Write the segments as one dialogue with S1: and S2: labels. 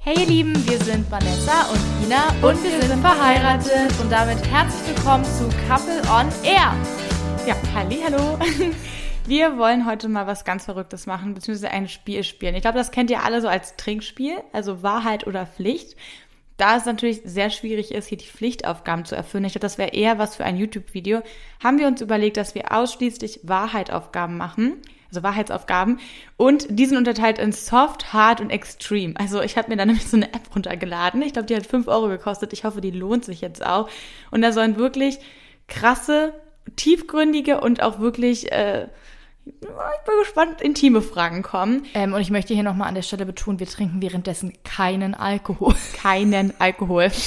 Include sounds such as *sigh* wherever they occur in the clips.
S1: Hey ihr Lieben, wir sind Vanessa und Ina und, wir, sind, verheiratet und damit herzlich willkommen zu Couple on Air.
S2: Ja, halli, hallo. Wir wollen heute mal was ganz Verrücktes machen, beziehungsweise ein Spiel spielen. Ich glaube, das kennt ihr alle so als Trinkspiel, also Wahrheit oder Pflicht. Da es natürlich sehr schwierig ist, hier die Pflichtaufgaben zu erfüllen, ich glaube, das wäre eher was für ein YouTube-Video, haben wir uns überlegt, dass wir ausschließlich Wahrheitaufgaben machen, also Wahrheitsaufgaben, und die sind unterteilt in Soft, Hard und Extreme. Also ich habe mir da nämlich so eine App runtergeladen. Ich glaube, die hat 5 Euro gekostet. Ich hoffe, die lohnt sich jetzt auch. Und da sollen wirklich krasse, tiefgründige und auch wirklich... Äh, ich bin gespannt, intime Fragen kommen.
S1: Ähm, und ich möchte hier nochmal an der Stelle betonen, wir trinken währenddessen keinen Alkohol. *laughs*
S2: Keinen Alkohol. *laughs*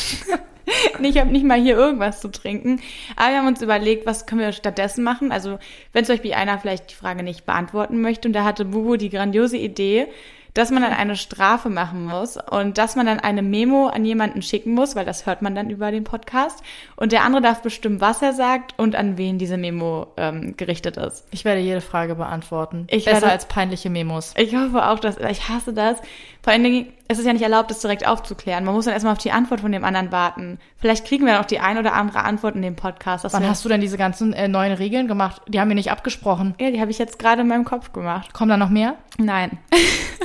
S2: Nee, ich habe nicht mal hier irgendwas zu trinken. Aber wir haben uns überlegt, was können wir stattdessen machen? Also, wenn zum Beispiel einer vielleicht die Frage nicht beantworten möchte und da hatte Bubu die grandiose Idee, dass man dann eine Strafe machen muss und dass man dann eine Memo an jemanden schicken muss, weil das hört man dann über den Podcast. Und der andere darf bestimmen, was er sagt und an wen diese Memo ähm, gerichtet ist.
S1: Ich werde jede Frage beantworten.
S2: Ich
S1: Besser
S2: werde-
S1: als peinliche Memos.
S2: Ich hoffe auch, dass ich hasse das. Vor allen Dingen es ist ja nicht erlaubt, das direkt aufzuklären. Man muss dann erstmal auf die Antwort von dem anderen warten. Vielleicht kriegen wir dann auch die ein oder andere Antwort in dem Podcast. Das
S1: Wann
S2: wär-
S1: hast du denn diese ganzen äh, neuen Regeln gemacht? Die haben wir nicht abgesprochen.
S2: ja, die habe ich jetzt gerade in meinem Kopf gemacht.
S1: Kommen da noch mehr?
S2: Nein.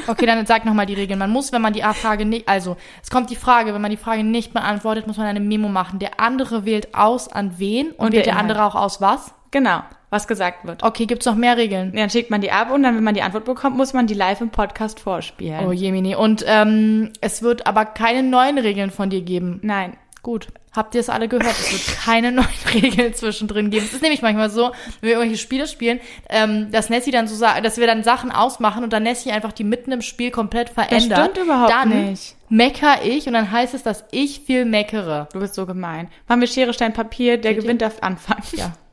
S1: Okay, dann sag nochmal die Regeln. Man muss, wenn man die A-Frage nicht, also es kommt die Frage, wenn man die Frage nicht beantwortet, muss man eine Memo machen. Der andere wählt aus, an wen und,
S2: Und
S1: wählt
S2: der
S1: der andere auch aus was?
S2: *laughs* Genau, was gesagt wird.
S1: Okay, gibt's noch mehr Regeln?
S2: Dann schickt man die ab und dann, wenn man die Antwort bekommt, muss man die live im Podcast vorspielen.
S1: Oh Jemini. Und ähm, es wird aber keine neuen Regeln von dir geben.
S2: Nein.
S1: Gut, habt ihr es alle gehört? Es wird keine *laughs* neuen Regeln zwischendrin geben. Es ist nämlich manchmal so, wenn wir irgendwelche Spiele spielen, ähm, dass Nessie dann so sa- dass wir dann Sachen ausmachen und dann Nessie einfach die mitten im Spiel komplett verändert.
S2: stimmt überhaupt
S1: dann
S2: nicht.
S1: mecker ich und dann heißt es, dass ich viel meckere.
S2: Du bist so gemein. Machen wir Schere, Stein, Papier. Der
S1: Geht
S2: gewinnt darf anfangen.
S1: Ja, okay.
S2: *laughs*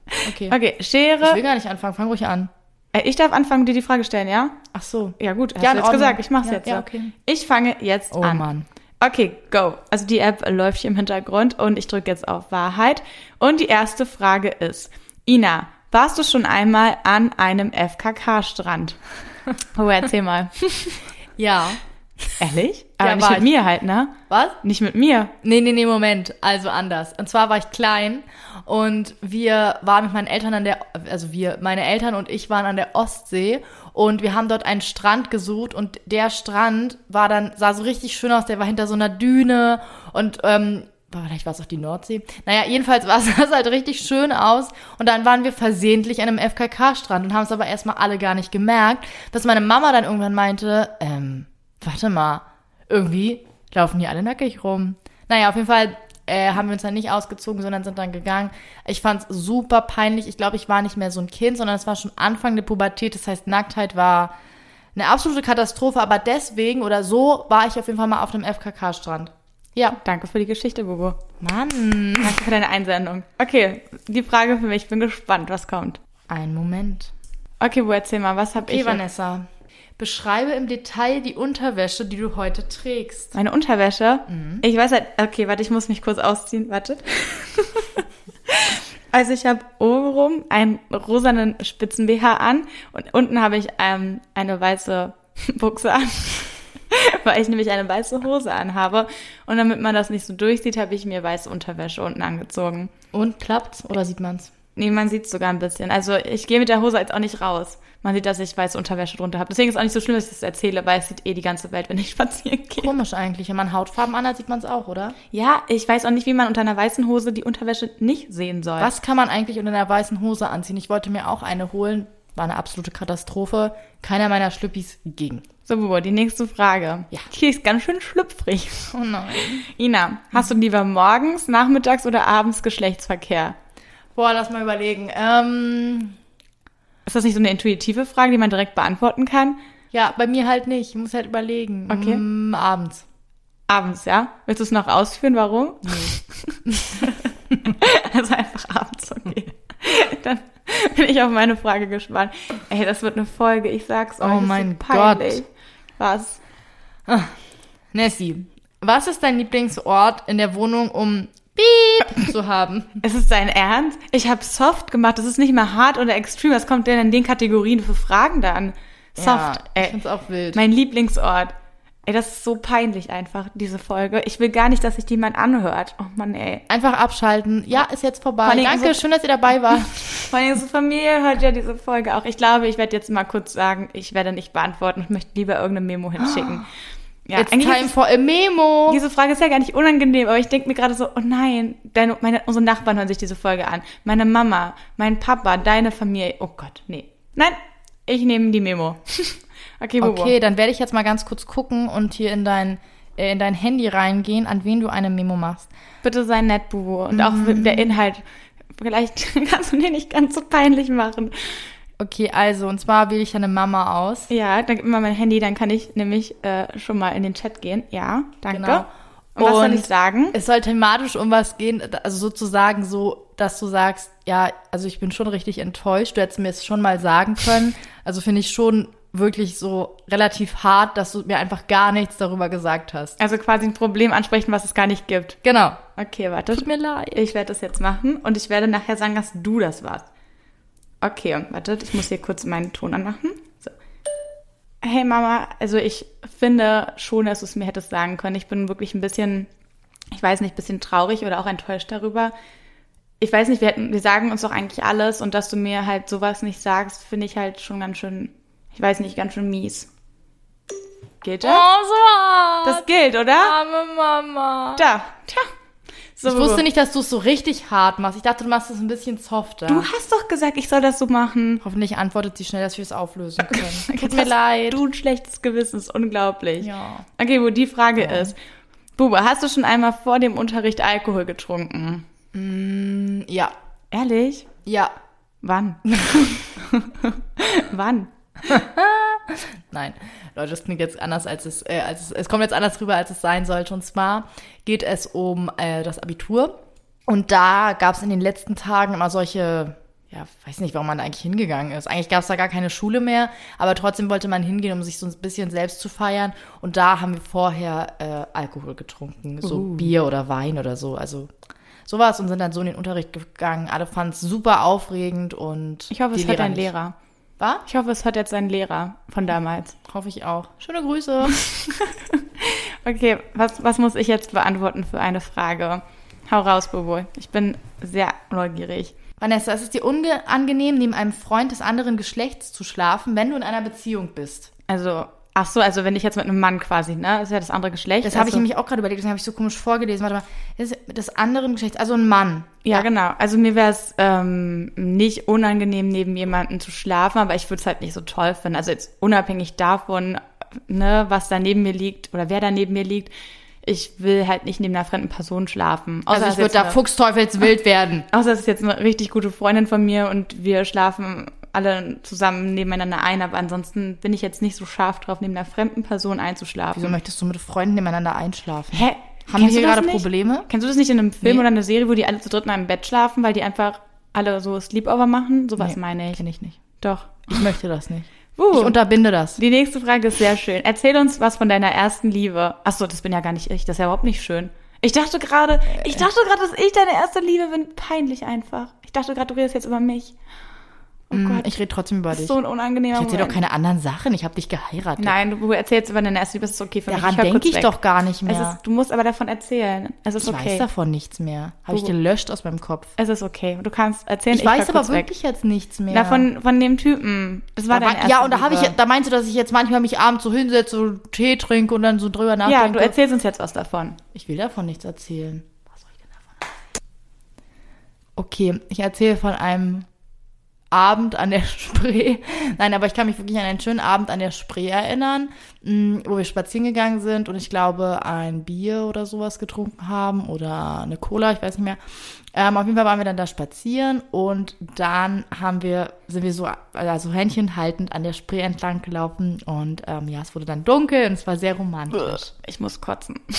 S2: Okay,
S1: Ich
S2: Schere.
S1: will gar nicht anfangen, fang ruhig an.
S2: Äh, Ich darf anfangen, dir die Frage stellen, ja?
S1: Ach so.
S2: Ja gut, hast
S1: Ja, in
S2: du jetzt
S1: Ordnung.
S2: gesagt. Ich mach's
S1: Ja,
S2: jetzt.
S1: ja,
S2: so.
S1: okay.
S2: Ich fange jetzt
S1: Oh
S2: an.
S1: Mann.
S2: Okay, go. Also die App läuft hier im Hintergrund und ich drücke jetzt auf Wahrheit. Und die erste Frage ist, Ina, warst du schon einmal an einem FKK-Strand? *laughs* Oh,
S1: *laughs*
S2: erzähl mal.
S1: Ja.
S2: Ehrlich?
S1: Ja,
S2: Aber nicht
S1: war
S2: mit
S1: ich.
S2: mir halt, ne?
S1: Was?
S2: Nicht mit mir.
S1: Nee, nee, nee, Moment. Also anders. Und zwar war ich klein und wir waren mit meinen Eltern an der, also wir, meine Eltern und ich waren an der Ostsee und wir haben dort einen Strand gesucht und der Strand war dann, sah so richtig schön aus, der war hinter so einer Düne und, ähm, boah, vielleicht war es auch die Nordsee. Naja, jedenfalls *laughs* war es sah es halt richtig schön aus und dann waren wir versehentlich an einem FKK-Strand und haben es aber erstmal alle gar nicht gemerkt, dass meine Mama dann irgendwann meinte, ähm, warte mal, irgendwie laufen hier alle nackig rum. Naja, auf jeden Fall äh, haben wir uns dann nicht ausgezogen, sondern sind dann gegangen. Ich fand's super peinlich. Ich glaube, ich war nicht mehr so ein Kind, sondern es war schon Anfang der Pubertät. Das heißt, Nacktheit war eine absolute Katastrophe. Aber deswegen oder so war ich auf jeden Fall mal auf dem FKK-Strand. Ja.
S2: Danke für die Geschichte, Bobo.
S1: Mann.
S2: Danke für deine Einsendung. Okay, die Frage für mich. Ich bin gespannt, was kommt.
S1: Einen Moment.
S2: Okay, wo erzähl mal, was hab
S1: Okay,
S2: ich?
S1: Vanessa. Beschreibe im Detail die Unterwäsche, die du heute trägst.
S2: Meine Unterwäsche? Ich weiß halt, okay, warte, ich muss mich kurz ausziehen, wartet. also ich habe obenrum einen rosanen spitzen BH an und unten habe ich ähm, eine weiße *laughs* Buchse an, weil ich nämlich eine weiße Hose anhabe. Und damit man das nicht so durchsieht, habe ich mir weiße Unterwäsche unten angezogen.
S1: Und klappt's oder sieht man's?
S2: Nee, man sieht sogar ein bisschen. Also ich gehe mit der Hose jetzt auch nicht raus. Man sieht, dass ich weiße Unterwäsche drunter habe. Deswegen ist es auch nicht so schlimm, dass ich das erzähle, weil es sieht eh die ganze Welt, wenn ich *laughs* spazieren gehe.
S1: Komisch eigentlich. Wenn man Hautfarben anhat, sieht man's auch, oder?
S2: Ja, ich weiß auch nicht, wie man unter einer weißen Hose die Unterwäsche nicht sehen soll.
S1: Was kann man eigentlich unter einer weißen Hose anziehen? Ich wollte mir auch eine holen. War eine absolute Katastrophe. Keiner meiner Schlüppis ging.
S2: So, Bobo, die nächste Frage.
S1: Ja.
S2: Die ist ganz schön schlüpfrig.
S1: Oh nein.
S2: Ina, hast du lieber morgens, nachmittags oder abends Geschlechtsverkehr?
S1: Boah, lass mal überlegen. Ähm,
S2: Ist das nicht so eine intuitive Frage, die man direkt beantworten kann?
S1: ja, bei mir halt nicht. Ich muss halt überlegen.
S2: Okay.
S1: Mm, abends.
S2: Abends, ja? Willst du es noch ausführen, warum? *laughs* also einfach abends, okay. Dann bin ich auf meine Frage gespannt. Ey, das wird eine Folge, ich sag's euch.
S1: Oh
S2: es ist
S1: mein
S2: peinlich.
S1: Gott.
S2: Was?
S1: Nessie, was ist dein Lieblingsort in der Wohnung, um
S2: *laughs*
S1: Piep zu haben?
S2: Ist es dein Ernst? Ich habe soft gemacht. Das ist nicht mal hart oder extrem. Was kommt denn in den Kategorien für Fragen da an? Soft,
S1: Ja, ich
S2: Äh, ey.
S1: find's auch wild.
S2: Mein Lieblingsort. Ey, das ist so peinlich einfach, diese Folge. Ich will gar nicht, dass sich jemand anhört. Oh Mann, ey.
S1: Einfach abschalten. Ja, ist jetzt vorbei.
S2: Vor allem
S1: Danke,
S2: so-
S1: schön, dass ihr dabei wart.
S2: Vor allem unsere Familie hört ja diese Folge auch. Ich glaube, ich werde jetzt mal kurz sagen, ich werde nicht beantworten und möchte lieber irgendeine Memo hinschicken. Ja,
S1: Ah. It's
S2: eigentlich ist
S1: time for a memo.
S2: Diese Frage ist ja gar nicht unangenehm, aber ich denke mir gerade so, oh nein, deine, meine, unsere Nachbarn hören sich diese Folge an. Meine Mama, mein Papa, deine Familie. Oh Gott, nee. Nein, ich nehme die Memo. *laughs* okay, Bobo.
S1: Okay, dann werde ich jetzt mal ganz kurz gucken und hier in dein, äh, in dein Handy reingehen, an wen du eine Memo machst.
S2: Bitte sei nett, Bubo. Und auch
S1: Mhm.
S2: der Inhalt. Vielleicht *laughs* kannst du den nicht ganz so peinlich machen.
S1: Okay, also, und zwar wähle ich deine Mama aus.
S2: Ja, dann gib mir mal mein Handy, dann kann ich nämlich äh, schon mal in den Chat gehen. Ja, danke.
S1: Genau.
S2: Und, was soll
S1: Und-
S2: ich sagen?
S1: Es soll thematisch um was gehen, also sozusagen so, dass du sagst, ja, also ich bin schon richtig enttäuscht, du hättest mir es schon mal sagen können. Also finde ich schon wirklich so relativ hart, dass du mir einfach gar nichts darüber gesagt hast.
S2: Also quasi ein Problem ansprechen, was es gar nicht gibt.
S1: Genau.
S2: Okay, warte.
S1: Tut mir leid.
S2: Ich werde das jetzt machen und ich werde nachher sagen, dass du das warst. Okay, und wartet, ich muss hier kurz meinen Ton anmachen. So. Hey Mama, also ich finde schon, dass du es mir hättest sagen können. Ich bin wirklich ein bisschen, ich weiß nicht, ein bisschen traurig oder auch enttäuscht darüber. Ich weiß nicht, wir, hätten, wir sagen uns doch eigentlich alles und dass du mir halt sowas nicht sagst, finde ich halt schon ganz schön, ich weiß nicht, ganz schön mies. Gilt
S1: Oh, so
S2: das?
S1: hart.
S2: Das gilt, oder?
S1: arme Mama.
S2: Da, tja. So,
S1: Ich wusste nicht, dass du es so richtig hart machst. Ich dachte, du machst es ein bisschen softer.
S2: Du hast doch gesagt, ich soll das so machen.
S1: Hoffentlich antwortet sie schnell, dass wir es *laughs* auflösen können. Tut
S2: Jetzt
S1: mir
S2: hast
S1: leid.
S2: Du ein schlechtes Gewissen, ist unglaublich.
S1: Ja.
S2: Okay, wo die Frage ist. Bube, hast du schon einmal vor dem Unterricht Alkohol getrunken?
S1: Ja.
S2: Ehrlich?
S1: Ja.
S2: *laughs* Wann? Wann?
S1: Nein. Leute, das klingt jetzt anders, als es, äh, als es, es kommt jetzt anders rüber, als es sein sollte. Und zwar geht es um äh, das Abitur. Und da gab es in den letzten Tagen immer solche, ja, weiß nicht, warum man da eigentlich hingegangen ist. Eigentlich gab es da gar keine Schule mehr, aber trotzdem wollte man hingehen, um sich so ein bisschen selbst zu feiern. Und da haben wir vorher äh, Alkohol getrunken, so Bier oder Wein oder so. Also sowas und sind dann so in den Unterricht gegangen. Alle fanden es super aufregend und
S2: Ich hoffe,
S1: die
S2: es hört
S1: Lehrer
S2: dein
S1: nicht.
S2: Lehrer.
S1: War?
S2: Ich hoffe, es hört jetzt dein Lehrer von damals.
S1: Hoffe ich auch. Schöne Grüße.
S2: Okay, was, was muss ich jetzt beantworten für eine Frage? Hau raus, Bobo. Ich bin sehr neugierig.
S1: Vanessa, es ist dir unangenehm, neben einem Freund des anderen Geschlechts zu schlafen, wenn du in einer Beziehung bist.
S2: Also, ach so, also wenn ich jetzt mit einem Mann quasi, ne? Das ist ja das andere Geschlecht.
S1: Das habe ich
S2: also,
S1: nämlich auch gerade überlegt, deswegen habe ich so komisch vorgelesen. Warte mal, das ist des anderen Geschlechts, also ein Mann.
S2: Ja, genau. Also mir wäre es ähm, nicht unangenehm, neben jemandem zu schlafen, aber ich würde es halt nicht so toll finden. Also jetzt unabhängig davon, ne, was da neben mir liegt oder wer da neben mir liegt, ich will halt nicht neben einer fremden Person schlafen. genau. Außer
S1: Also ich
S2: es ist
S1: würde
S2: jetzt ne?
S1: da
S2: eine-
S1: fuchsteufelswild werden.
S2: Außer es ist jetzt eine richtig gute Freundin von mir und wir schlafen alle zusammen nebeneinander ein, aber ansonsten bin ich jetzt nicht so scharf drauf, neben einer fremden Person einzuschlafen.
S1: Wieso möchtest du mit Freunden nebeneinander einschlafen?
S2: Hä?
S1: Haben wir
S2: Kennst
S1: hier
S2: du das
S1: gerade
S2: nicht?
S1: Probleme?
S2: Kennst du das nicht in einem Film
S1: Nee.
S2: oder einer Serie, wo die alle zu dritt in einem Bett schlafen, weil die einfach alle so Sleepover machen? Sowas
S1: Nee,
S2: meine ich.
S1: Kenn ich nicht.
S2: Doch.
S1: Ich möchte das
S2: *laughs*
S1: nicht.
S2: Uh,
S1: Ich unterbinde das.
S2: die nächste Frage ist sehr schön. Erzähl uns was von deiner ersten Liebe. Ach so, das bin ja gar nicht ich. Das ist ja überhaupt nicht schön. Ich dachte gerade, ich
S1: Äh.
S2: dachte gerade, dass ich deine erste Liebe bin. Peinlich einfach. Ich dachte gerade, du redest jetzt über mich. Oh
S1: Hm,
S2: Gott,
S1: Ich rede trotzdem über
S2: das
S1: dich.
S2: ist so ein unangenehmer
S1: ich erzähle doch
S2: Moment.
S1: keine anderen Sachen. Ich habe dich geheiratet.
S2: Nein, du, du erzählst über deine erste Liebe, das ist okay für mich.
S1: Daran
S2: hör kurz
S1: denke ich
S2: weg.
S1: doch gar nicht
S2: Es
S1: mehr.
S2: ist, du musst aber davon erzählen. Es ist
S1: ich
S2: okay.
S1: weiß davon nichts mehr. Habe ich
S2: Du-
S1: gelöscht aus meinem Kopf.
S2: Es ist okay. Du kannst erzählen.
S1: Ich, weiß
S2: hör
S1: aber
S2: kurz weg.
S1: wirklich jetzt nichts mehr.
S2: Na, von, von dem Typen. Das war
S1: Da
S2: dein
S1: war, ja, und da habe ich, da meinst du, dass ich jetzt manchmal mich abends so hinsetze, so Tee trinke und dann so drüber
S2: Ja,
S1: nachdenke?
S2: du erzählst uns jetzt was davon.
S1: ich will davon nichts erzählen. Was soll ich denn davon erzählen? Okay, ich erzähle von einem Abend an der *laughs* Spree. Nein, aber ich kann mich wirklich an einen schönen Abend an der Spree erinnern, mh, wo wir spazieren gegangen sind und ich glaube ein Bier oder sowas getrunken haben oder eine Cola, ich weiß nicht mehr. Ähm, auf jeden Fall waren wir dann da spazieren und dann haben wir, sind wir so, also Händchen haltend an der Spree entlang gelaufen und ähm, ja, es wurde dann dunkel und es war sehr romantisch.
S2: Ich muss kotzen. *laughs*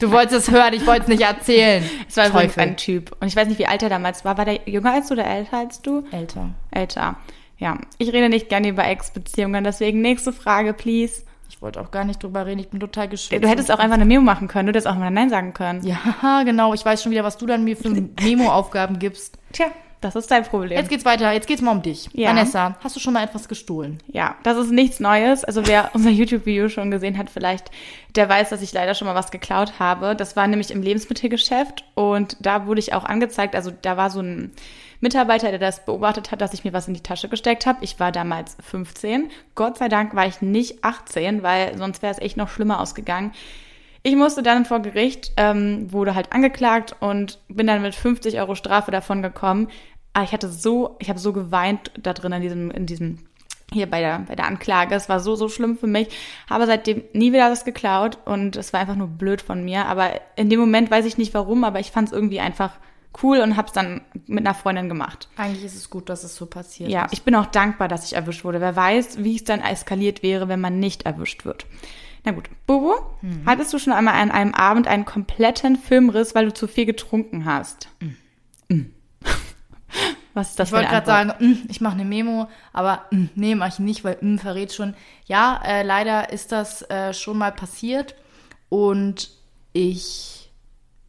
S1: Du wolltest es hören, ich wollte es nicht erzählen.
S2: Es war übrigens ein Typ. Und ich weiß nicht, wie alt er damals war. War der jünger als du oder älter als du?
S1: älter.
S2: Älter. Ja. Ich rede nicht gerne über Ex-Beziehungen, deswegen nächste Frage, please.
S1: Ich wollte auch gar nicht drüber reden, ich bin total geschwitzt.
S2: Du hättest auch einfach eine Memo machen können. Du hättest auch mal Nein sagen können.
S1: *laughs* Ja, genau. Ich weiß schon wieder, was du dann mir für Memo-Aufgaben gibst.
S2: Tja. Das ist dein Problem.
S1: Jetzt geht's weiter. Jetzt geht's mal um dich.
S2: Ja.
S1: Vanessa, hast du schon mal etwas gestohlen?
S2: Ja, das ist nichts Neues. Also wer unser YouTube-Video schon gesehen hat, vielleicht, der weiß, dass ich leider schon mal was geklaut habe. Das war nämlich im Lebensmittelgeschäft und da wurde ich auch angezeigt. Also da war so ein Mitarbeiter, der das beobachtet hat, dass ich mir was in die Tasche gesteckt habe. Ich war damals 15. Gott sei Dank war ich nicht 18, weil sonst wäre es echt noch schlimmer ausgegangen. Ich musste dann vor Gericht, ähm, wurde halt angeklagt und bin dann mit 50 Euro Strafe davon gekommen. Aber ich hatte so, ich habe so geweint da drin in diesem, in diesem, hier bei der, bei der Anklage. Es war so, so schlimm für mich. Habe seitdem nie wieder was geklaut und es war einfach nur blöd von mir. Aber in dem Moment weiß ich nicht warum, aber ich fand es irgendwie einfach cool und habe es dann mit einer Freundin gemacht.
S1: Eigentlich ist es gut, dass es so passiert
S2: Ja, ich bin auch dankbar, dass ich erwischt wurde. Wer weiß, wie es dann eskaliert wäre, wenn man nicht erwischt wird. Na gut, Bobo,
S1: Hm.
S2: hattest du schon einmal an einem Abend einen kompletten Filmriss, weil du zu viel getrunken hast? Mm. *laughs* Was ist das
S1: Hm. Ich
S2: für eine
S1: wollte gerade
S2: Antwort?
S1: sagen, mm, ich mache eine Memo, aber mm, nee, mache ich nicht, weil mm, verrät schon. Ja, äh, leider ist das äh, schon mal passiert und ich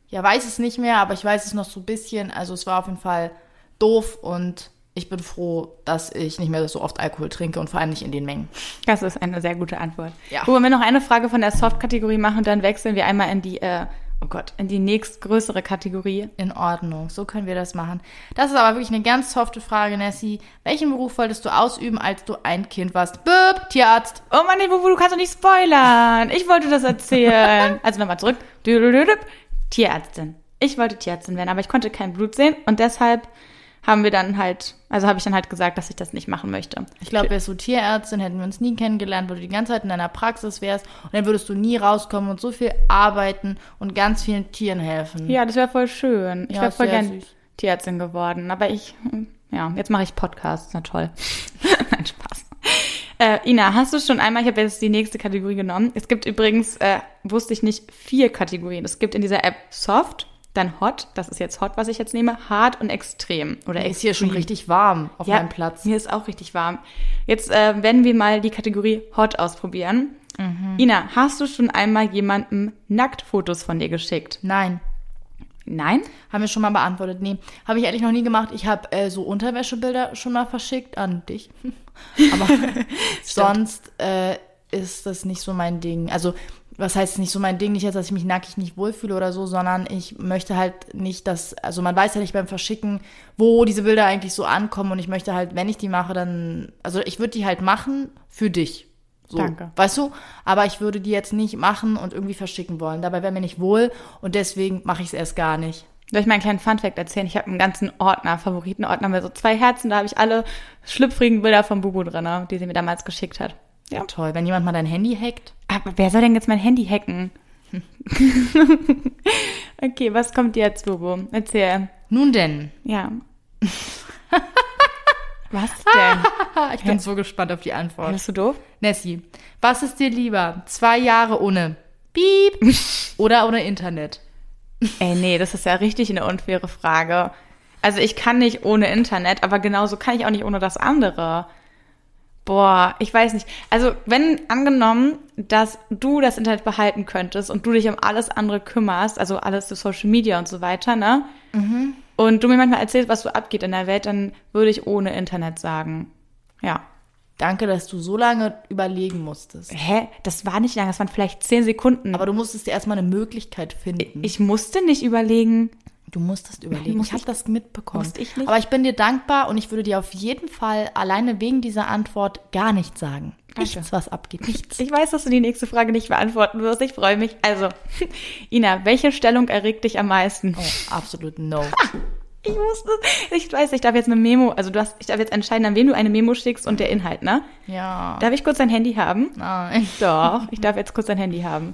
S1: ja, weiß es nicht mehr, aber ich weiß es noch so ein bisschen. Also es war auf jeden Fall doof und ich bin froh, dass ich nicht mehr so oft Alkohol trinke und vor allem nicht in den Mengen.
S2: Das ist eine sehr gute Antwort.
S1: Ja.
S2: Wo wir noch eine Frage von der Soft-Kategorie machen und dann wechseln wir einmal in die, äh, oh Gott, in die nächstgrößere Kategorie.
S1: In Ordnung, so können wir das machen. Das ist aber wirklich eine ganz softe Frage, Nessie. Welchen Beruf wolltest du ausüben, als du ein Kind warst? Böp, Tierarzt.
S2: Oh Mann, nee, Bubu, du kannst doch nicht spoilern. Ich wollte das erzählen. also nochmal zurück. Dü-dü-dü-düp. Tierärztin. Ich wollte Tierärztin werden, aber ich konnte kein Blut sehen und deshalb haben wir dann halt, also habe ich dann halt gesagt, dass ich das nicht machen möchte.
S1: Ich glaube, wärst du Tierärztin, hätten wir uns nie kennengelernt, weil du die ganze Zeit in deiner Praxis wärst und dann würdest du nie rauskommen und so viel arbeiten und ganz vielen Tieren helfen.
S2: Ja, das wäre voll schön. Ich
S1: Ja,
S2: wäre
S1: ist
S2: voll
S1: sehr
S2: gern
S1: süß.
S2: Tierärztin geworden. Aber ich, ja, jetzt mache ich Podcasts. Na toll. *laughs* Nein, Spaß. Äh, Ina, hast du schon einmal, ich habe jetzt die nächste Kategorie genommen. Es gibt übrigens, äh, wusste ich nicht, vier Kategorien. Es gibt in dieser App Soft, dann Hot, das ist jetzt Hot, was ich jetzt nehme, Hart und Extrem. Oder
S1: Ey, ist hier schon
S2: Extrem.
S1: richtig warm auf
S2: ja,
S1: meinem Platz.
S2: Mir ist auch richtig warm. Jetzt äh, werden wir mal die Kategorie Hot ausprobieren.
S1: Mhm.
S2: Ina, hast du schon einmal jemandem Nacktfotos von dir geschickt?
S1: Nein,
S2: Nein?
S1: haben wir schon mal beantwortet. Nee, habe ich ehrlich noch nie gemacht. Ich habe äh, so Unterwäschebilder schon mal verschickt an dich. *laughs* Aber sonst äh, ist das nicht so mein Ding. Also, was heißt nicht so mein Ding? Nicht jetzt, dass ich mich nackig nicht wohlfühle oder so, sondern ich möchte halt nicht, dass, also man weiß ja nicht beim Verschicken, wo diese Bilder eigentlich so ankommen und ich möchte halt, wenn ich die mache, dann, also ich würde die halt machen für dich. So,
S2: Danke.
S1: Weißt du? Aber ich würde die jetzt nicht machen und irgendwie verschicken wollen. Dabei wäre mir nicht wohl und deswegen mache ich es erst gar nicht.
S2: Soll ich mal einen kleinen Funfact erzählen? Ich habe einen ganzen Ordner, Favoritenordner mit so zwei Herzen. Da habe ich alle schlüpfrigen Bilder von Bubu drin, ne, die sie mir damals geschickt hat. Ja.
S1: Toll, wenn jemand mal dein Handy hackt.
S2: Aber wer soll denn jetzt mein Handy hacken? *laughs* okay, was kommt jetzt, Bubu? Erzähl.
S1: Nun denn.
S2: Ja. *laughs* was denn?
S1: Ich bin so gespannt auf die Antwort.
S2: Bist du doof?
S1: Nessie, was ist dir lieber? Zwei Jahre ohne *laughs* Piep oder ohne Internet?
S2: Ey, nee, das ist ja richtig eine unfaire Frage. Also ich kann nicht ohne Internet, aber genauso kann ich auch nicht ohne das andere. Boah, ich weiß nicht. Also wenn angenommen, dass du das Internet behalten könntest und du dich um alles andere kümmerst, also alles zu Social Media und so weiter, ne? Und du mir manchmal erzählst, was so abgeht in der Welt, dann würde ich ohne Internet sagen. Ja.
S1: Danke, dass du so lange überlegen musstest.
S2: Hä? Das war nicht lang, das waren vielleicht zehn Sekunden.
S1: Aber du musstest dir erstmal eine Möglichkeit finden.
S2: ich musste nicht überlegen.
S1: du musstest überlegen.
S2: Muss
S1: ich habe
S2: ich-
S1: das mitbekommen.
S2: muss ich nicht?
S1: Aber ich bin dir dankbar und ich würde dir auf jeden Fall alleine wegen dieser Antwort gar nichts sagen.
S2: Danke.
S1: Nichts, was abgeht. Nichts.
S2: Ich weiß, dass du die nächste Frage nicht beantworten wirst. Ich freue mich. Also, *laughs* Ina, welche Stellung erregt dich am meisten?
S1: Oh, absolut no.
S2: Ich wusste, ich weiß, ich darf jetzt eine Memo, also du hast, ich darf jetzt entscheiden, an wen du eine Memo schickst und der Inhalt, ne?
S1: ja.
S2: Darf ich kurz dein Handy haben?
S1: Nein.
S2: Doch, ich darf jetzt kurz dein Handy haben.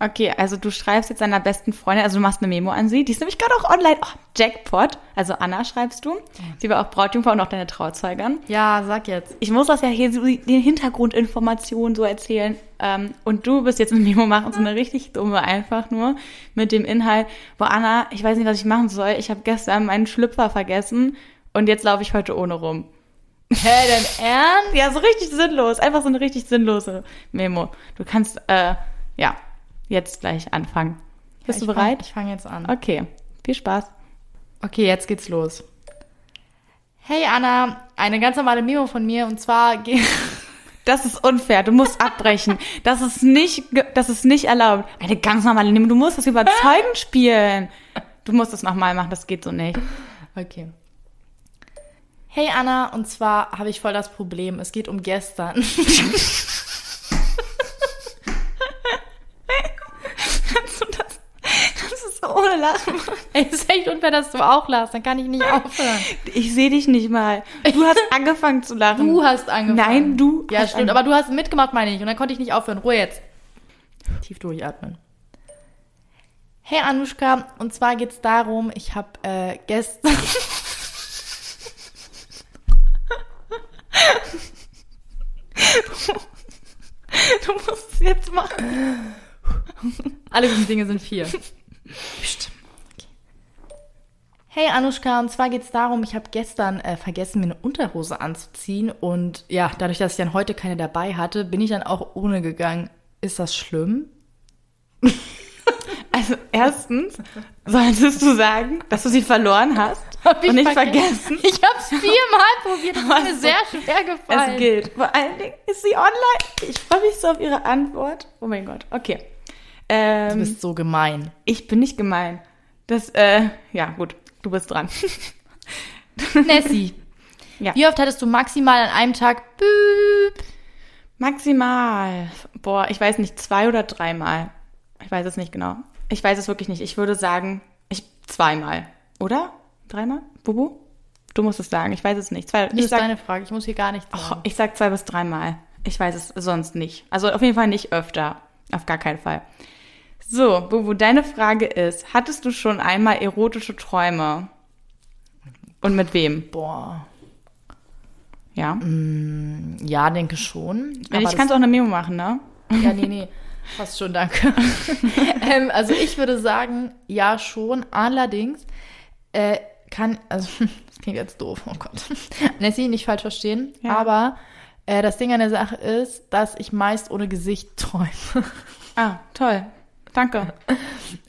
S2: Okay, also du schreibst jetzt deiner besten Freundin, also du machst eine Memo an sie, die ist nämlich gerade auch online. Oh, Jackpot. Also Anna schreibst du. Sie war auch Brautjungfer und auch deine Trauzeugin.
S1: Ja, sag jetzt.
S2: ich muss das ja hier so den Hintergrundinformationen so erzählen. Ähm, und du wirst jetzt eine Memo machen, so eine richtig dumme einfach nur mit dem Inhalt, wo Anna, ich weiß nicht, was ich machen soll. Ich habe gestern meinen Schlüpfer vergessen und jetzt laufe ich heute ohne rum.
S1: Hä, *laughs* dein Ernst?
S2: Ja, so richtig sinnlos, einfach so eine richtig sinnlose Memo. Du kannst äh, ja jetzt gleich anfangen. Bist
S1: Ich
S2: du
S1: fang-
S2: bereit?
S1: Ich fange jetzt an.
S2: Okay, viel Spaß.
S1: Okay, jetzt geht's los. Hey Anna, eine ganz normale Memo von mir und zwar ge-
S2: Das ist unfair. Du musst abbrechen. Das ist nicht, ge- das ist nicht erlaubt. Eine ganz normale Nummer. Du musst das überzeugend spielen. Du musst das nochmal machen. Das geht so nicht.
S1: *laughs* Okay. Hey Anna, und zwar habe ich voll das Problem. Es geht um gestern. *laughs*
S2: Das ist so ohne Lachen.
S1: Ey, ist echt unfair, dass du auch lachst. Dann kann ich nicht aufhören.
S2: Ich sehe dich nicht mal. Du hast angefangen zu lachen.
S1: Du hast angefangen.
S2: Nein, du
S1: Ja,
S2: hast
S1: stimmt.
S2: angefangen.
S1: Aber du hast mitgemacht, meine ich. Und dann konnte ich nicht aufhören. Ruhe jetzt. Tief durchatmen. Hey Anushka, und zwar geht's darum, ich habe äh, gestern.
S2: du musst es jetzt machen.
S1: Alle guten Dinge sind
S2: *laughs*
S1: vier. Hey Anushka, und zwar geht's darum, ich habe gestern äh, vergessen, mir eine Unterhose anzuziehen. Und ja, dadurch, dass ich dann heute keine dabei hatte, bin ich dann auch ohne gegangen. Ist das schlimm?
S2: Also erstens solltest du sagen, dass du sie verloren hast
S1: Hab ich
S2: und nicht
S1: vergessen?
S2: vergessen.
S1: Ich hab's viermal probiert. Das ist
S2: Hast
S1: mir
S2: du-
S1: sehr schwer gefallen.
S2: Hm? Es gilt. Vor allen Dingen ist sie online. Ich freue mich so auf ihre Antwort. Oh mein Gott. Okay.
S1: Du
S2: Ähm,
S1: bist so
S2: *laughs*
S1: gemein.
S2: ich bin nicht gemein. Das, äh, ja, gut. Du bist dran. *laughs*
S1: Nessie.
S2: Ja.
S1: Wie oft hattest du maximal an einem Tag Büb?
S2: Maximal. Boah, ich weiß nicht, zwei oder dreimal. Ich weiß es nicht genau. Ich weiß es wirklich nicht. Ich würde sagen, ich zweimal. Oder? Dreimal? Bubu? Du musst es sagen. Ich weiß es nicht. Zwei,
S1: Das
S2: ich
S1: ist
S2: sag,
S1: deine Frage. Ich muss hier gar nichts
S2: oh,
S1: sagen.
S2: ich sag zwei bis dreimal. Ich weiß es sonst nicht. Also auf jeden Fall nicht öfter. Auf gar keinen Fall. So, Bubu, deine Frage ist, hattest du schon einmal erotische Träume? Und mit wem?
S1: Boah.
S2: Ja.
S1: Ja, denke schon.
S2: Wenn
S1: Aber
S2: ich kann es auch eine Memo machen, ne?
S1: das- Ja, nee, nee. Passt schon, danke. ähm, also ich würde sagen, ja schon. Allerdings äh, kann, also *laughs* das klingt jetzt doof, oh Gott. *laughs* Nessie, nicht falsch verstehen.
S2: Ja.
S1: Aber äh, das Ding an der Sache ist, dass ich meist ohne Gesicht *laughs* träume.
S2: Ah, toll. Danke.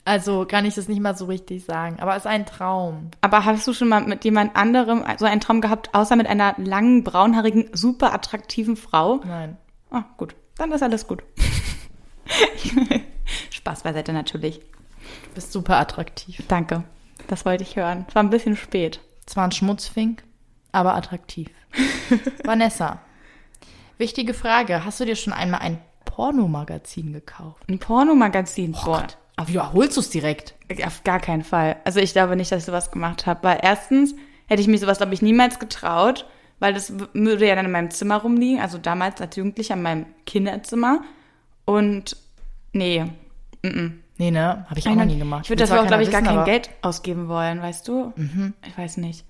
S1: Also kann ich das nicht mal so richtig sagen. Aber es ist ein Traum.
S2: Aber hast du schon mal mit jemand anderem so einen Traum gehabt, außer mit einer langen, braunhaarigen, super attraktiven Frau?
S1: Nein.
S2: Ah, gut. Dann ist alles gut. *laughs* Spaß beiseite natürlich.
S1: Du bist super attraktiv.
S2: Danke. Das wollte ich hören. Es war ein bisschen spät.
S1: Zwar ein Schmutzfink, aber attraktiv. Vanessa, wichtige Frage. Hast du dir schon einmal ein Pornomagazin gekauft?
S2: Ein Pornomagazin. Oh
S1: Aber wiederholst du es direkt?
S2: Auf gar keinen Fall. Also ich glaube nicht, dass ich sowas gemacht habe. Weil erstens hätte ich mir sowas, glaube ich, niemals getraut, weil das w- würde ja dann in meinem Zimmer rumliegen. Also damals als Jugendlicher in meinem Kinderzimmer. Und nee,
S1: Nee, ne? Habe ich auch noch nie gemacht.
S2: Ich würde
S1: Will zwar
S2: dafür auch, glaube ich,
S1: keiner
S2: gar
S1: wissen,
S2: kein
S1: aber- Mhm.
S2: Geld ausgeben wollen, weißt du? Ich weiß nicht.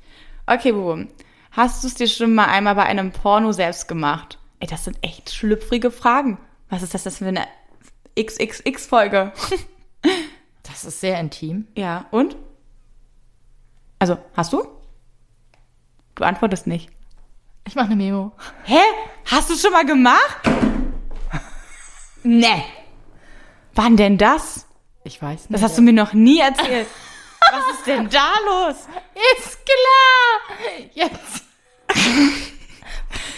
S2: Okay, Bubu. Hast du es dir schon mal einmal bei einem Porno selbst gemacht? Ey, das sind echt schlüpfrige Fragen. Was ist das, das für eine XXX-Folge?
S1: Das ist sehr intim.
S2: ja, und? Also, hast du? Du antwortest nicht.
S1: Ich mache eine Memo.
S2: Hä? Hast du schon mal gemacht? nee. Wann denn das?
S1: Ich weiß nicht.
S2: Das hast du mir noch nie erzählt. Was ist denn da los?
S1: Ist klar!
S2: *laughs*
S1: Jetzt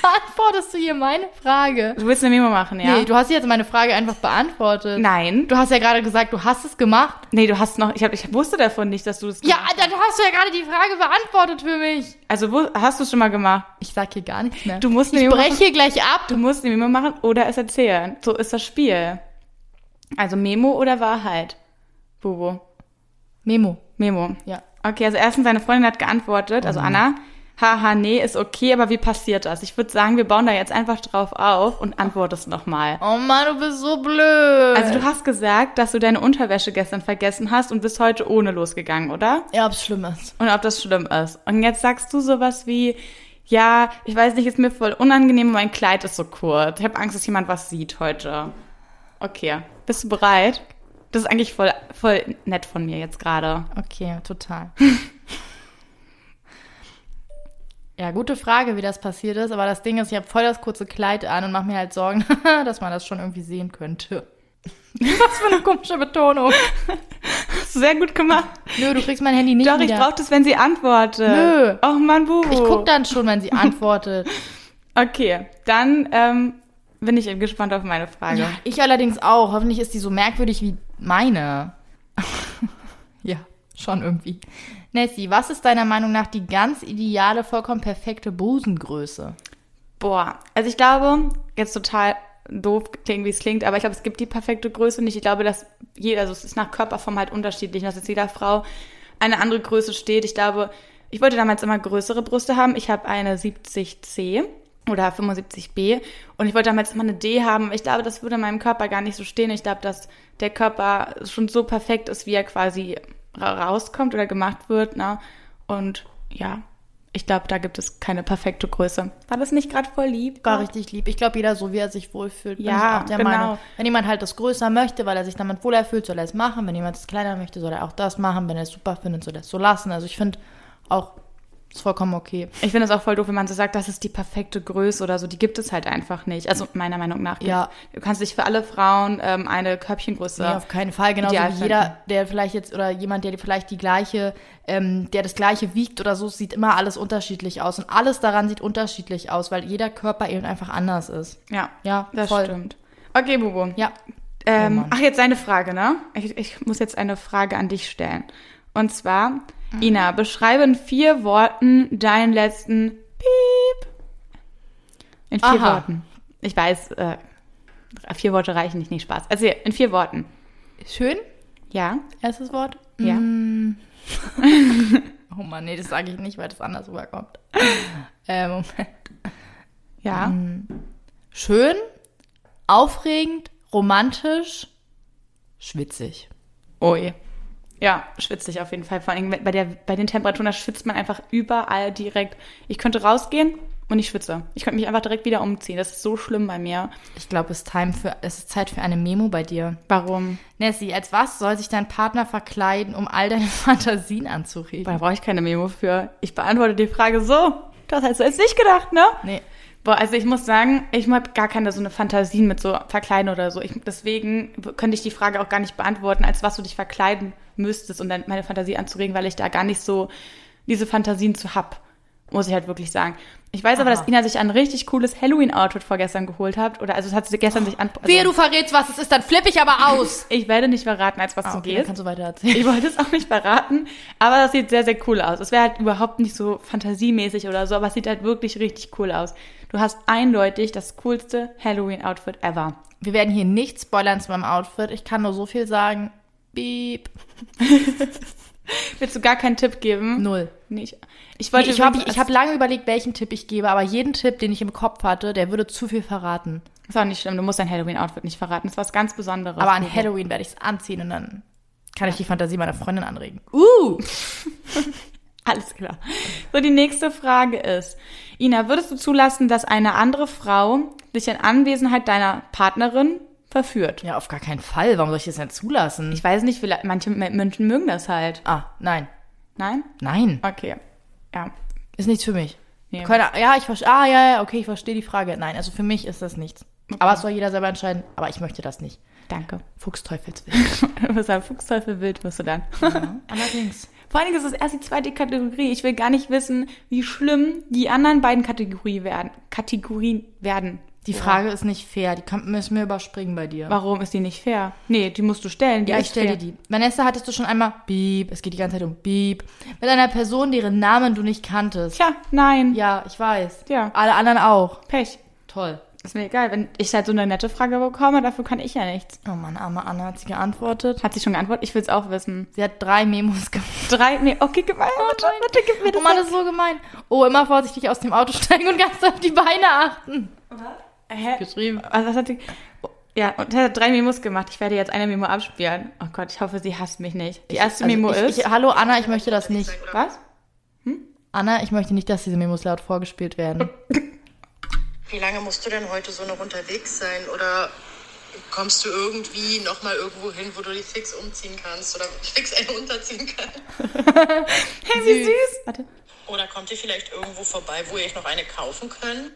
S1: beantwortest du hier meine Frage.
S2: Du willst eine Memo machen, ja?
S1: Nee, du hast jetzt meine Frage einfach beantwortet.
S2: Nein, du,
S1: Du hast ja gerade gesagt, du hast es gemacht.
S2: nee, du hast noch, ich, hab, ich wusste davon nicht, dass du das
S1: Ja,
S2: gemacht
S1: dann hast du ja gerade die Frage beantwortet für mich.
S2: hast. Also wo, hast du schon mal gemacht?
S1: Ich sag hier gar nichts mehr.
S2: Du musst
S1: ich
S2: mir-
S1: breche hier gleich ab.
S2: Du musst eine Memo machen oder es erzählen. So ist das Spiel. Also Memo oder Wahrheit? Bubu,
S1: Memo.
S2: Memo.
S1: Ja.
S2: Okay, also erstens, deine Freundin hat geantwortet, also Anna. Haha, nee, ist okay, aber wie passiert das? Ich würde sagen, wir bauen da jetzt einfach drauf auf und antwortest nochmal.
S1: Oh Mann, du bist so blöd.
S2: Also du hast gesagt, dass du deine Unterwäsche gestern vergessen hast und bist heute ohne losgegangen, oder?
S1: ja, ob's schlimm ist.
S2: und ob das schlimm ist. Und jetzt sagst du sowas wie, ja, ich weiß nicht, ist mir voll unangenehm, mein Kleid ist so kurz. Ich habe Angst, dass jemand was sieht heute. Okay, bist du bereit? Das ist eigentlich voll, voll nett von mir jetzt gerade.
S1: Okay, total. *laughs* ja, gute Frage, wie das passiert ist. Aber das Ding ist, ich habe voll das kurze Kleid an und mache mir halt Sorgen, *laughs* dass man das schon irgendwie *laughs* sehen könnte. Was für eine komische Betonung.
S2: Hast du sehr gut gemacht.
S1: Nö, du kriegst mein Handy nicht
S2: Doch, ich
S1: wieder.
S2: brauche das, wenn sie antwortet.
S1: Nö.
S2: Oh Mann, Bubu.
S1: ich guck dann schon, wenn sie antwortet.
S2: Okay, dann ähm, bin ich eben gespannt auf meine Frage.
S1: Ja, ich allerdings auch. Hoffentlich ist die so merkwürdig wie meine. *laughs* ja, schon irgendwie. Nessie, was ist deiner Meinung nach die ganz ideale, vollkommen perfekte Busengröße?
S2: Boah, also ich glaube, jetzt total doof klingt, wie es klingt, aber ich glaube, es gibt die perfekte Größe nicht. Ich glaube, dass jeder, also es ist nach Körperform halt unterschiedlich, dass jetzt jeder Frau eine andere Größe steht. Ich glaube, ich wollte damals immer größere Brüste haben. Ich habe eine 70C oder 75B und ich wollte damals immer eine D haben. Ich glaube, das würde meinem Körper gar nicht so stehen. Ich glaube, dass der Körper schon so perfekt ist, wie er quasi ra- rauskommt oder gemacht wird. Ne? Und ja, ich glaube, da gibt es keine perfekte Größe. War das nicht gerade voll lieb?
S1: War richtig lieb. Ich glaube, jeder so, wie er sich wohlfühlt. bin
S2: Ja,
S1: ich auch der
S2: genau.
S1: Meinung. Wenn jemand halt das größer möchte, weil er sich damit wohler fühlt, soll er es machen. Wenn jemand es kleiner möchte, soll er auch das machen. Wenn er es super findet, soll er es so lassen. Also ich finde auch, ist vollkommen okay.
S2: Ich finde das auch voll doof, wenn man so sagt, das ist die perfekte Größe oder so. Die gibt es halt einfach nicht. Also meiner Meinung nach.
S1: Ja.
S2: Du kannst nicht für alle Frauen ähm, eine Körbchengröße.
S1: Nee, auf keinen Fall. Genauso
S2: Ideal
S1: wie jeder, der vielleicht jetzt, oder jemand, der die vielleicht die gleiche, ähm, der das gleiche wiegt oder so, sieht immer alles unterschiedlich aus. Und alles daran sieht unterschiedlich aus, weil jeder Körper eben einfach anders ist.
S2: ja.
S1: Ja,
S2: das
S1: voll.
S2: stimmt. Okay, Bubu.
S1: Ja. Oh
S2: Ähm,
S1: Mann.
S2: ach, jetzt eine Frage, ne? Ich, ich muss jetzt eine Frage an dich stellen. Und zwar,
S1: Mhm.
S2: Ina, beschreibe in vier Worten deinen letzten Piep. In vier
S1: Aha.
S2: Worten. Ich weiß, äh, vier Worte reichen nicht, nicht Spaß. Also in vier Worten.
S1: Schön,
S2: Ja.
S1: erstes Wort.
S2: Ja.
S1: Mm. *laughs* oh Mann, nee, das sage ich nicht, weil das anders rüberkommt. Ähm, Moment.
S2: Ja.
S1: Mhm. Schön, aufregend, romantisch, schwitzig.
S2: Ui. Ja, schwitzt sich auf jeden Fall. Vor allem bei, der, bei den Temperaturen, da schwitzt man einfach überall direkt. Ich könnte rausgehen und ich schwitze. Ich könnte mich einfach direkt wieder umziehen. Das ist so schlimm bei mir.
S1: Ich glaube, es, ist time für- es ist Zeit für eine Memo bei dir.
S2: Warum?
S1: Nessie, als was soll sich dein Partner verkleiden, um all deine *laughs* Fantasien anzuregen?
S2: Da brauche ich keine Memo für. Ich beantworte die Frage so. Das hast du jetzt nicht gedacht, ne?
S1: Nee.
S2: Boah, also ich muss sagen, ich hab gar keine so eine Fantasien mit so verkleiden oder so. Ich, deswegen könnte ich die Frage auch gar nicht beantworten, als was du dich verkleiden müsstest, um dann meine Fantasie anzuregen, weil ich da gar nicht so diese Fantasien zu hab, muss ich halt wirklich sagen. Ich weiß aber,
S1: Aha.
S2: dass Ina sich ein richtig cooles Halloween-Outfit vorgestern geholt hat. Oder also es hat sie gestern sich an. Also,
S1: Oh. Wehe, du verrätst was, es ist, dann flippe ich aber aus.
S2: ich werde nicht verraten, als was
S1: Ah,
S2: du
S1: okay, dann
S2: gehst.
S1: kannst du weiter erzählen.
S2: Ich wollte es auch nicht verraten, aber das sieht sehr, sehr cool aus. Es wäre halt überhaupt nicht so fantasiemäßig oder so, aber es sieht halt wirklich richtig cool aus. Du hast eindeutig das coolste Halloween-Outfit ever.
S1: Wir werden hier nicht spoilern zu meinem Outfit. Ich kann nur so viel sagen. Beep.
S2: Willst du gar keinen Tipp geben?
S1: Null.
S2: Nicht. Ich
S1: Nee,
S2: wollte
S1: ich habe
S2: übrigens-
S1: ich hab lange überlegt, welchen Tipp ich gebe, aber jeden Tipp, den ich im Kopf hatte, der würde zu viel verraten.
S2: Ist auch nicht schlimm, du musst dein Halloween-Outfit nicht verraten. Das ist was ganz Besonderes.
S1: Aber an Halloween werde ich es anziehen und dann kann ich die Fantasie meiner Freundin anregen. Uh!
S2: *laughs* Alles klar. So, die nächste Frage ist, Ina, würdest du zulassen, dass eine andere Frau dich in Anwesenheit deiner Partnerin verführt?
S1: Ja, auf gar keinen Fall. Warum soll ich das denn zulassen?
S2: Ich weiß nicht, vielleicht, manche Menschen mögen das halt.
S1: ah, nein.
S2: Nein?
S1: Nein.
S2: Okay. Ja.
S1: Ist nichts für mich.
S2: Nee.
S1: Keine, ja, ich verstehe. Ah, ja, ja, okay, ich verstehe die Frage. Nein, also für mich ist das nichts. Aber es soll jeder selber entscheiden. Aber ich möchte das nicht.
S2: Danke. *laughs*
S1: Fuchsteufelswild.
S2: Du bist ein Fuchsteufel wild, wirst du dann.
S1: *laughs*
S2: *laughs*
S1: Allerdings.
S2: Vor allen Dingen ist es erst die zweite Kategorie. Ich will gar nicht wissen, wie schlimm die anderen beiden Kategorie werden, Kategorien werden.
S1: Die Frage ist nicht fair. Die kann, müssen wir überspringen bei dir.
S2: Warum ist die nicht fair? Nee, die musst du stellen. Die
S1: Ja,
S2: ist
S1: ich stelle
S2: fair.
S1: dir die. Vanessa, hattest du schon einmal Beep, es geht die ganze Zeit um Beep, mit einer Person, deren Namen du nicht kanntest?
S2: Tja, nein.
S1: Ja, ich weiß.
S2: Ja.
S1: Alle anderen auch.
S2: Pech.
S1: Toll.
S2: Ist mir egal, wenn ich halt so eine nette Frage bekomme, dafür kann ich ja nichts.
S1: Oh Mann, arme Anna hat sie geantwortet.
S2: Hat sie schon geantwortet? Ich will's auch wissen.
S1: Sie hat drei Memos gemacht.
S2: Drei, nee, okay, gib mal, bitte, *laughs* bitte gib mir das.
S1: Oh Mann, das ist so gemein. Oh, immer vorsichtig aus dem Auto *laughs* steigen und ganz auf die Beine achten.
S2: Hä?
S1: Geschrieben.
S2: Also was hat sie? Oh, Ja, und er hat drei Memos gemacht. Ich werde jetzt eine Memo abspielen. Oh Gott, ich hoffe, sie hasst mich nicht. Die erste
S1: Also
S2: Memo
S1: ich,
S2: ist.
S1: Ich, hallo Anna, ich möchte das nicht. *laughs*
S2: was?
S1: Anna, ich möchte nicht, dass diese Memos laut vorgespielt
S2: *laughs*
S1: werden.
S3: Wie lange musst du denn heute so noch unterwegs sein? Oder kommst du irgendwie noch mal irgendwo hin, wo du dich fix umziehen kannst oder *laughs* fix einen unterziehen kannst?
S2: Hey, wie süß. Warte.
S3: Oder kommt ihr vielleicht irgendwo vorbei, wo ihr euch noch eine kaufen könnt?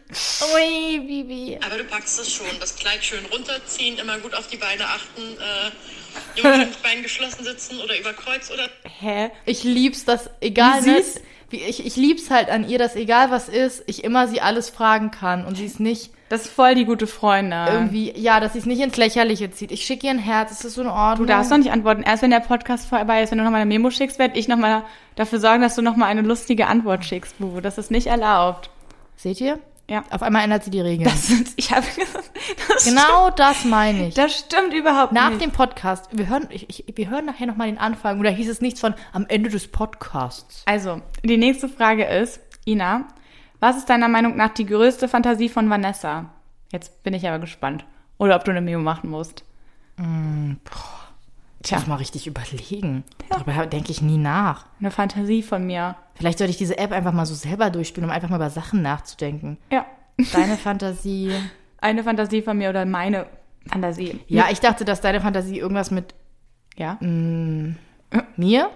S1: Ui, Bibi.
S3: *laughs* Aber du packst es schon. Das Kleid schön runterziehen, immer gut auf die Beine achten. Äh, Immer mit den Beinen geschlossen sitzen oder über Kreuz oder.
S2: Hä?
S1: Ich lieb's, dass egal
S2: Wie
S1: ne,
S2: süß.
S1: wie, ich, ich lieb's halt an ihr, dass egal was ist, ich immer sie alles fragen kann und sie ist nicht
S2: Das ist voll die gute Freundin.
S1: irgendwie, ja, dass sie es nicht ins Lächerliche zieht. Ich schicke ihr ein Herz, ist das so in
S2: Du
S1: Ordnung?
S2: darfst doch nicht antworten. Erst wenn der Podcast vorbei ist, wenn du nochmal eine Memo schickst, werde ich nochmal dafür sorgen, dass du nochmal eine lustige Antwort schickst, Bubu. Das ist nicht erlaubt. *laughs*
S1: Seht ihr?
S2: Ja.
S1: Auf einmal ändert sie die Regeln.
S2: Das ist, ich habe gesagt, *laughs* das stimmt,
S1: genau das meine ich.
S2: das stimmt überhaupt
S1: Nach
S2: nicht.
S1: dem Podcast, wir hören, ich, ich, wir hören nachher nochmal den Anfang, oder hieß es nichts von am Ende des Podcasts.
S2: Also, die nächste Frage ist, Ina, was ist deiner Meinung nach die größte Fantasie von Vanessa? Jetzt bin ich aber gespannt. Oder ob du eine Memo machen musst.
S1: Ich muss mal richtig überlegen. Darüber denke ich nie nach.
S2: Eine Fantasie von mir.
S1: Vielleicht sollte ich diese App einfach mal so selber durchspielen, um einfach mal über Sachen nachzudenken.
S2: Ja. *laughs*
S1: Deine Fantasie.
S2: Eine Fantasie von mir oder meine Fantasie.
S1: Ja, Mm, ich dachte, dass deine Fantasie irgendwas mit
S2: Ja.
S1: mir?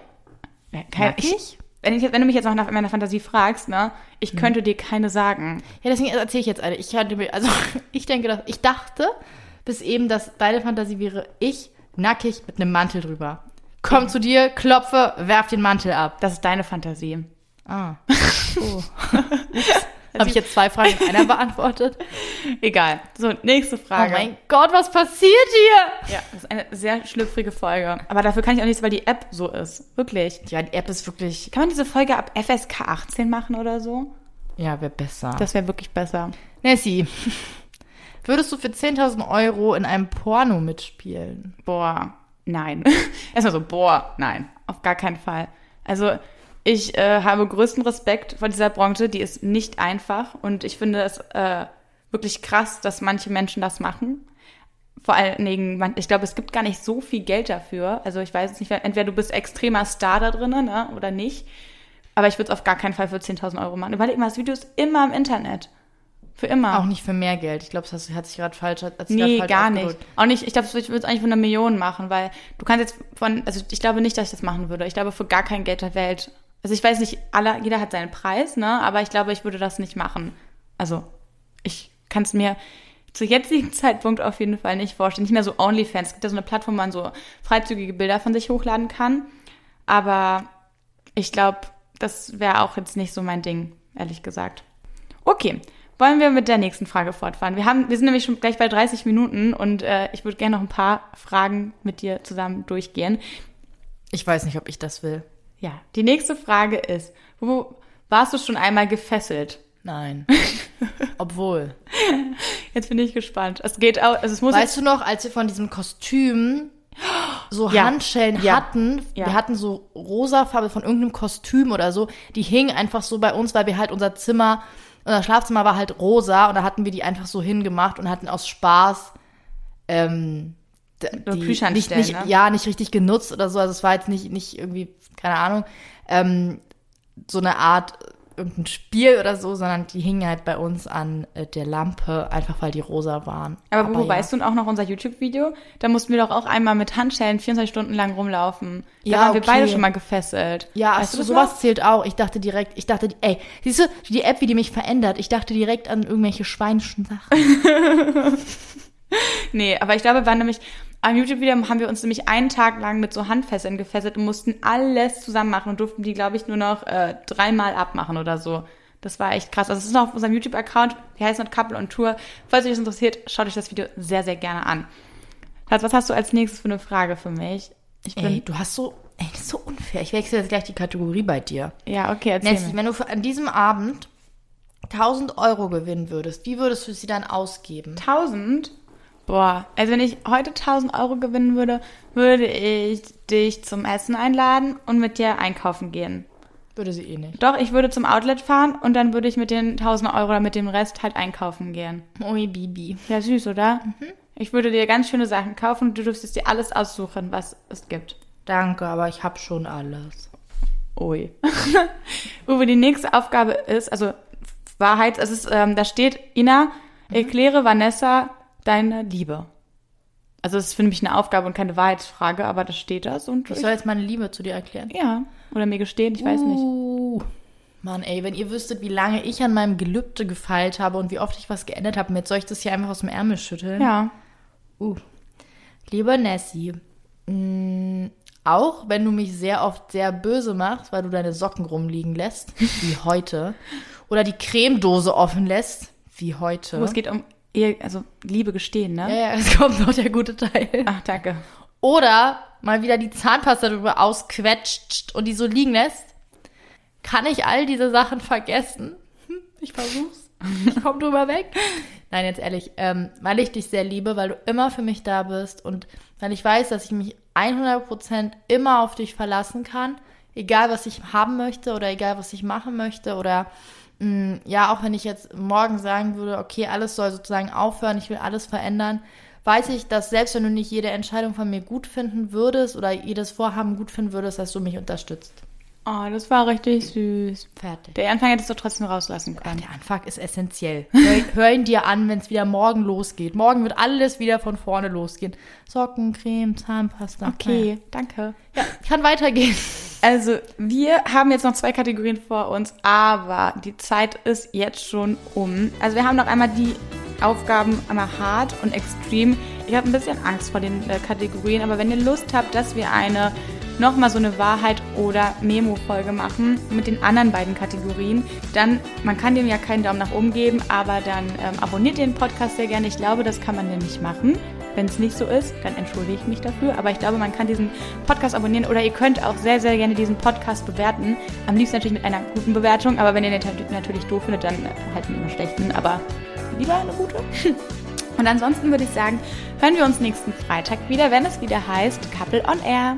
S2: Ja, kein,
S1: Mag
S2: ich? Wenn, ich, jetzt- wenn du mich jetzt noch nach meiner Fantasie fragst, ne,
S1: Mhm.
S2: ich könnte dir keine sagen.
S1: Ja, deswegen erzähle ich jetzt eine. Ich hatte mir, also *laughs* ich denke, dass ich dachte bis eben, dass deine Fantasie wäre, ich nackig mit einem Mantel drüber. Komm zu dir, klopfe, werf den Mantel ab.
S2: Das ist deine Fantasie.
S1: *laughs* Ah. Oh. Habe ich jetzt zwei Fragen in einer *laughs* beantwortet?
S2: Egal. So, nächste
S1: Oh
S2: Frage.
S1: mein Gott, was passiert hier?
S2: ja, das ist eine sehr schlüpfrige Folge. Aber dafür kann ich auch nichts, weil die App so ist. Wirklich.
S1: Ja, die App ist wirklich,
S2: Kann man diese Folge ab FSK 18 machen oder so?
S1: ja, wäre besser.
S2: Das wäre wirklich besser.
S1: Nessie, *laughs* würdest du für 10.000 Euro in einem Porno mitspielen?
S2: Boah, nein. *laughs* Erstmal so, boah, nein. Auf gar keinen Fall. Also, ich äh, habe größten Respekt vor dieser Branche. Die ist nicht einfach. Und ich finde es äh, wirklich krass, dass manche Menschen das machen. Vor allen Dingen, man, ich glaube, es gibt gar nicht so viel Geld dafür. Also, ich weiß es nicht, wer- entweder du bist extremer Star da drinnen ne, oder nicht. Aber ich würde es auf gar keinen Fall für 10.000 Euro machen. Überleg mal, das Video ist immer im Internet. Für immer.
S1: Auch nicht für mehr Geld. Ich glaube, das hat sich gerade falsch, hat sich grad
S2: Ah.
S1: halt
S2: Nee,
S1: falsch
S2: gar
S1: ausgedrückt.
S2: nicht. Auch nicht, ich glaube, ich würde es eigentlich von einer Million machen, weil du kannst jetzt von, also ich glaube nicht, dass ich das machen würde. Ich glaube, für gar kein Geld der Welt. Also ich weiß nicht, alle, jeder hat seinen Preis, ne? Aber ich glaube, ich würde das nicht machen. Also, ich kann es mir zu jetzigen *laughs* Zeitpunkt auf jeden Fall nicht vorstellen. Nicht mehr so OnlyFans. Es gibt ja so eine Plattform, wo man so freizügige Bilder von sich hochladen kann. Aber ich glaube, das wäre auch jetzt nicht so mein Ding, ehrlich gesagt. Okay, wollen wir mit der nächsten Frage fortfahren? Wir, haben, wir sind nämlich schon gleich bei 30 Minuten und äh, ich würde gerne noch ein paar Fragen mit dir zusammen durchgehen.
S1: Ich weiß nicht, ob ich das will.
S2: Ja, die nächste Frage ist, wo warst du schon einmal gefesselt? *laughs*
S1: Nein. Obwohl.
S2: Jetzt bin ich gespannt. Es geht auch, also es muss
S1: Weißt du noch, als wir von diesem Kostüm so
S2: Ja.
S1: Handschellen
S2: Ja.
S1: hatten,
S2: Ja.
S1: wir hatten so rosa Farbe von irgendeinem Kostüm oder so, die hing einfach so bei uns, weil wir halt unser Zimmer, unser Schlafzimmer war halt rosa und da hatten wir die einfach so hingemacht und hatten aus Spaß ähm, d-
S2: Nur Plüschhandstellen,
S1: nicht, nicht,
S2: ne?
S1: ja nicht richtig genutzt oder so, also es war jetzt nicht nicht irgendwie keine Ahnung ähm, so eine Art äh, irgendein Spiel oder so, sondern die hingen halt bei uns an äh, der Lampe, einfach weil die rosa waren.
S2: Aber, wo
S1: ja.
S2: weißt du und auch noch unser YouTube-Video? Da mussten wir doch auch einmal mit Handschellen 24 Stunden lang rumlaufen. Da
S1: Ja,
S2: waren wir
S1: okay.
S2: beide schon mal gefesselt.
S1: Ja,
S2: weißt
S1: weißt
S2: du das
S1: sowas
S2: noch?
S1: zählt auch. Ich dachte direkt, ich dachte, ey, siehst du, die App, wie die mich verändert, ich dachte direkt an irgendwelche schweinischen *laughs* Sachen.
S2: Nee, aber ich glaube, wir waren nämlich am YouTube-Video haben wir uns nämlich einen Tag lang mit so Handfesseln gefesselt und mussten alles zusammen machen und durften die, glaube ich, nur noch äh, dreimal abmachen oder so. Das war echt krass. Also es ist noch auf unserem YouTube-Account, die heißt noch Couple on Tour. Falls euch das interessiert, schaut euch das Video sehr, sehr gerne an. Schatz, was hast du als nächstes für eine Frage für mich? Ich bin,
S1: Ey, du hast so, ey, das ist so unfair. Ich wechsle jetzt gleich die Kategorie bei dir.
S2: ja, okay, erzähl
S1: Nancy,
S2: mir.
S1: wenn du für- an diesem Abend 1000 Euro gewinnen würdest, wie würdest du sie dann ausgeben?
S2: 1000? Boah, also wenn ich heute 1000 Euro gewinnen würde, würde ich dich zum Essen einladen und mit dir einkaufen gehen.
S1: Würde sie eh nicht.
S2: Doch, ich würde zum Outlet fahren und dann würde ich mit den 1000 Euro oder mit dem Rest halt einkaufen gehen.
S1: Ui, Bibi.
S2: Ja, süß, oder?
S1: Mhm.
S2: Ich würde dir ganz schöne Sachen kaufen und du dürftest dir alles aussuchen, was es gibt.
S1: Danke, aber ich hab schon alles.
S2: Ui. *laughs* Uwe, die nächste Aufgabe ist, also Wahrheit, es ist, ähm, da steht, Ina,
S1: Mhm.
S2: erkläre Vanessa deine Liebe. Also das ist für mich eine Aufgabe und keine Wahrheitsfrage, aber da steht das und
S1: Ich soll jetzt meine Liebe zu dir erklären.
S2: ja, oder mir gestehen, ich weiß nicht.
S1: Uh, Mann, ey, wenn ihr wüsstet, wie lange ich an meinem Gelübde gefeilt habe und wie oft ich was geändert habe, und jetzt soll ich das hier einfach aus dem Ärmel schütteln.
S2: Ja.
S1: Uh. Lieber Nessie, Auch wenn du mich sehr oft sehr böse machst, weil du deine Socken rumliegen lässt, wie heute. Oder die Cremedose offen lässt, wie heute.
S2: Oh, es geht um Ehe, also Liebe gestehen, ne?
S1: ja, ja, es kommt noch der gute Teil.
S2: Ach, danke.
S1: Oder mal wieder die Zahnpasta drüber ausquetscht und die so liegen lässt. Kann ich all diese Sachen vergessen? Hm, Ich versuch's. Ich komm drüber weg. Nein, jetzt ehrlich, ähm, weil ich dich sehr liebe, weil du immer für mich da bist und weil ich weiß, dass ich mich 100% immer auf dich verlassen kann, egal was ich haben möchte oder egal was ich machen möchte oder mh, Mm, ja, auch wenn ich jetzt morgen sagen würde, okay, alles soll sozusagen aufhören, ich will alles verändern, weiß ich, dass selbst wenn du nicht jede Entscheidung von mir gut finden würdest oder jedes Vorhaben gut finden würdest, dass du mich unterstützt.
S2: Oh, das war richtig süß.
S1: Fertig.
S2: Der Anfang hättest du trotzdem rauslassen
S1: Ach,
S2: können.
S1: der Anfang ist essentiell. Hör, hör ihn dir an, wenn es wieder morgen losgeht. Morgen wird alles wieder von vorne losgehen. Socken, Creme, Zahnpasta.
S2: Okay, danke.
S1: Ja, kann weitergehen.
S2: Also, wir haben jetzt noch zwei Kategorien vor uns, aber die Zeit ist jetzt schon um. Also, wir haben noch einmal die Aufgaben einmal hart und extrem. Ich habe ein bisschen Angst vor den äh, Kategorien, aber wenn ihr Lust habt, dass wir eine nochmal so eine Wahrheit oder Memo-Folge machen mit den anderen beiden Kategorien, dann, man kann dem ja keinen Daumen nach oben geben, aber dann ähm, abonniert den Podcast sehr gerne. Ich glaube, das kann man nämlich machen. Wenn es nicht so ist, dann entschuldige ich mich dafür. Aber ich glaube, man kann diesen Podcast abonnieren oder ihr könnt auch sehr, sehr gerne diesen Podcast bewerten. Am liebsten natürlich mit einer guten Bewertung. Aber wenn ihr den natürlich doof findet, dann äh, halt mit einer schlechten. Aber lieber eine gute. Und ansonsten würde ich sagen, hören wir uns nächsten Freitag wieder, wenn es wieder heißt Couple on Air.